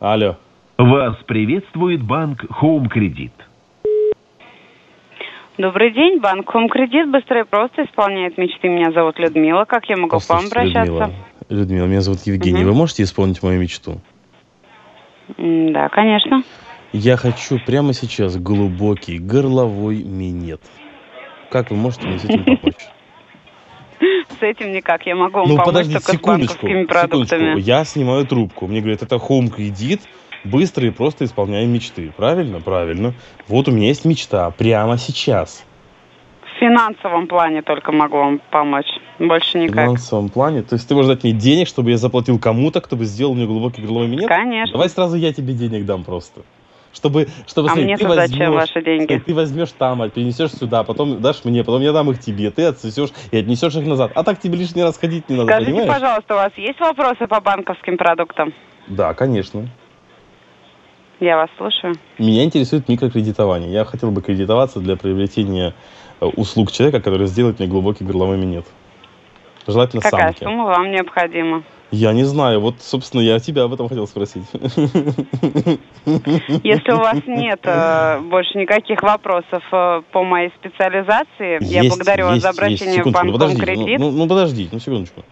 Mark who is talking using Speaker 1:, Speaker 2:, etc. Speaker 1: Алло.
Speaker 2: Вас приветствует банк Home Credit.
Speaker 3: Добрый день, банк Хом Кредит быстро и просто исполняет мечты. Меня зовут Людмила. Как я могу к вам
Speaker 1: Послушайте,
Speaker 3: обращаться?
Speaker 1: Людмила. Людмила, меня зовут Евгений.
Speaker 3: Мгм.
Speaker 1: Вы можете исполнить мою мечту?
Speaker 3: М, Да, конечно.
Speaker 1: Я хочу прямо сейчас глубокий горловой минет. Как вы можете мне с этим помочь?
Speaker 3: С этим никак. Я могу вам
Speaker 1: Ну
Speaker 3: помочь
Speaker 1: подождите
Speaker 3: только с
Speaker 1: секундочку,
Speaker 3: банковскими
Speaker 1: секундочку.
Speaker 3: продуктами.
Speaker 1: Я снимаю трубку. Мне говорят, это Home Credit, быстро и просто исполняем мечты. Правильно? Правильно. Вот у меня есть мечта прямо сейчас.
Speaker 3: В финансовом плане только могу вам помочь. Больше
Speaker 1: В
Speaker 3: никак.
Speaker 1: финансовом плане. То есть ты можешь дать мне денег, чтобы я заплатил кому-то, кто бы сделал мне глубокий горловой минет?
Speaker 3: Конечно.
Speaker 1: Давай сразу я тебе денег дам просто. Чтобы, чтобы
Speaker 3: а
Speaker 1: смотри,
Speaker 3: мне-то
Speaker 1: ты
Speaker 3: зачем
Speaker 1: возьмешь,
Speaker 3: ваши деньги?
Speaker 1: Ты- Ты возьмешь там, а перенесешь сюда, потом дашь мне, потом я дам их тебе, ты отсосешь и отнесешь их назад. А так тебе лишний раз ходить не надо,
Speaker 3: Скажите,
Speaker 1: понимаешь?
Speaker 3: пожалуйста, у вас есть вопросы по банковским продуктам?
Speaker 1: Да, конечно.
Speaker 3: Я вас слушаю.
Speaker 1: Меня интересует микрокредитование. Я хотел бы кредитоваться для приобретения э, услуг человека, который сделает мне глубокий горловой минет. Желательно
Speaker 3: Какая
Speaker 1: самки.
Speaker 3: сумма вам необходима?
Speaker 1: Я не знаю, вот, собственно, я тебя об этом хотел спросить.
Speaker 3: Если у вас нет э, больше никаких вопросов э, по моей специализации, я
Speaker 1: Есть,
Speaker 3: благодарю вас
Speaker 1: есть,
Speaker 3: за
Speaker 1: есть.
Speaker 3: обращение в
Speaker 1: Секундочку, ну
Speaker 3: банком
Speaker 1: подождите, ну-
Speaker 3: кредит.
Speaker 1: ну- ну подождите, ну секундочку.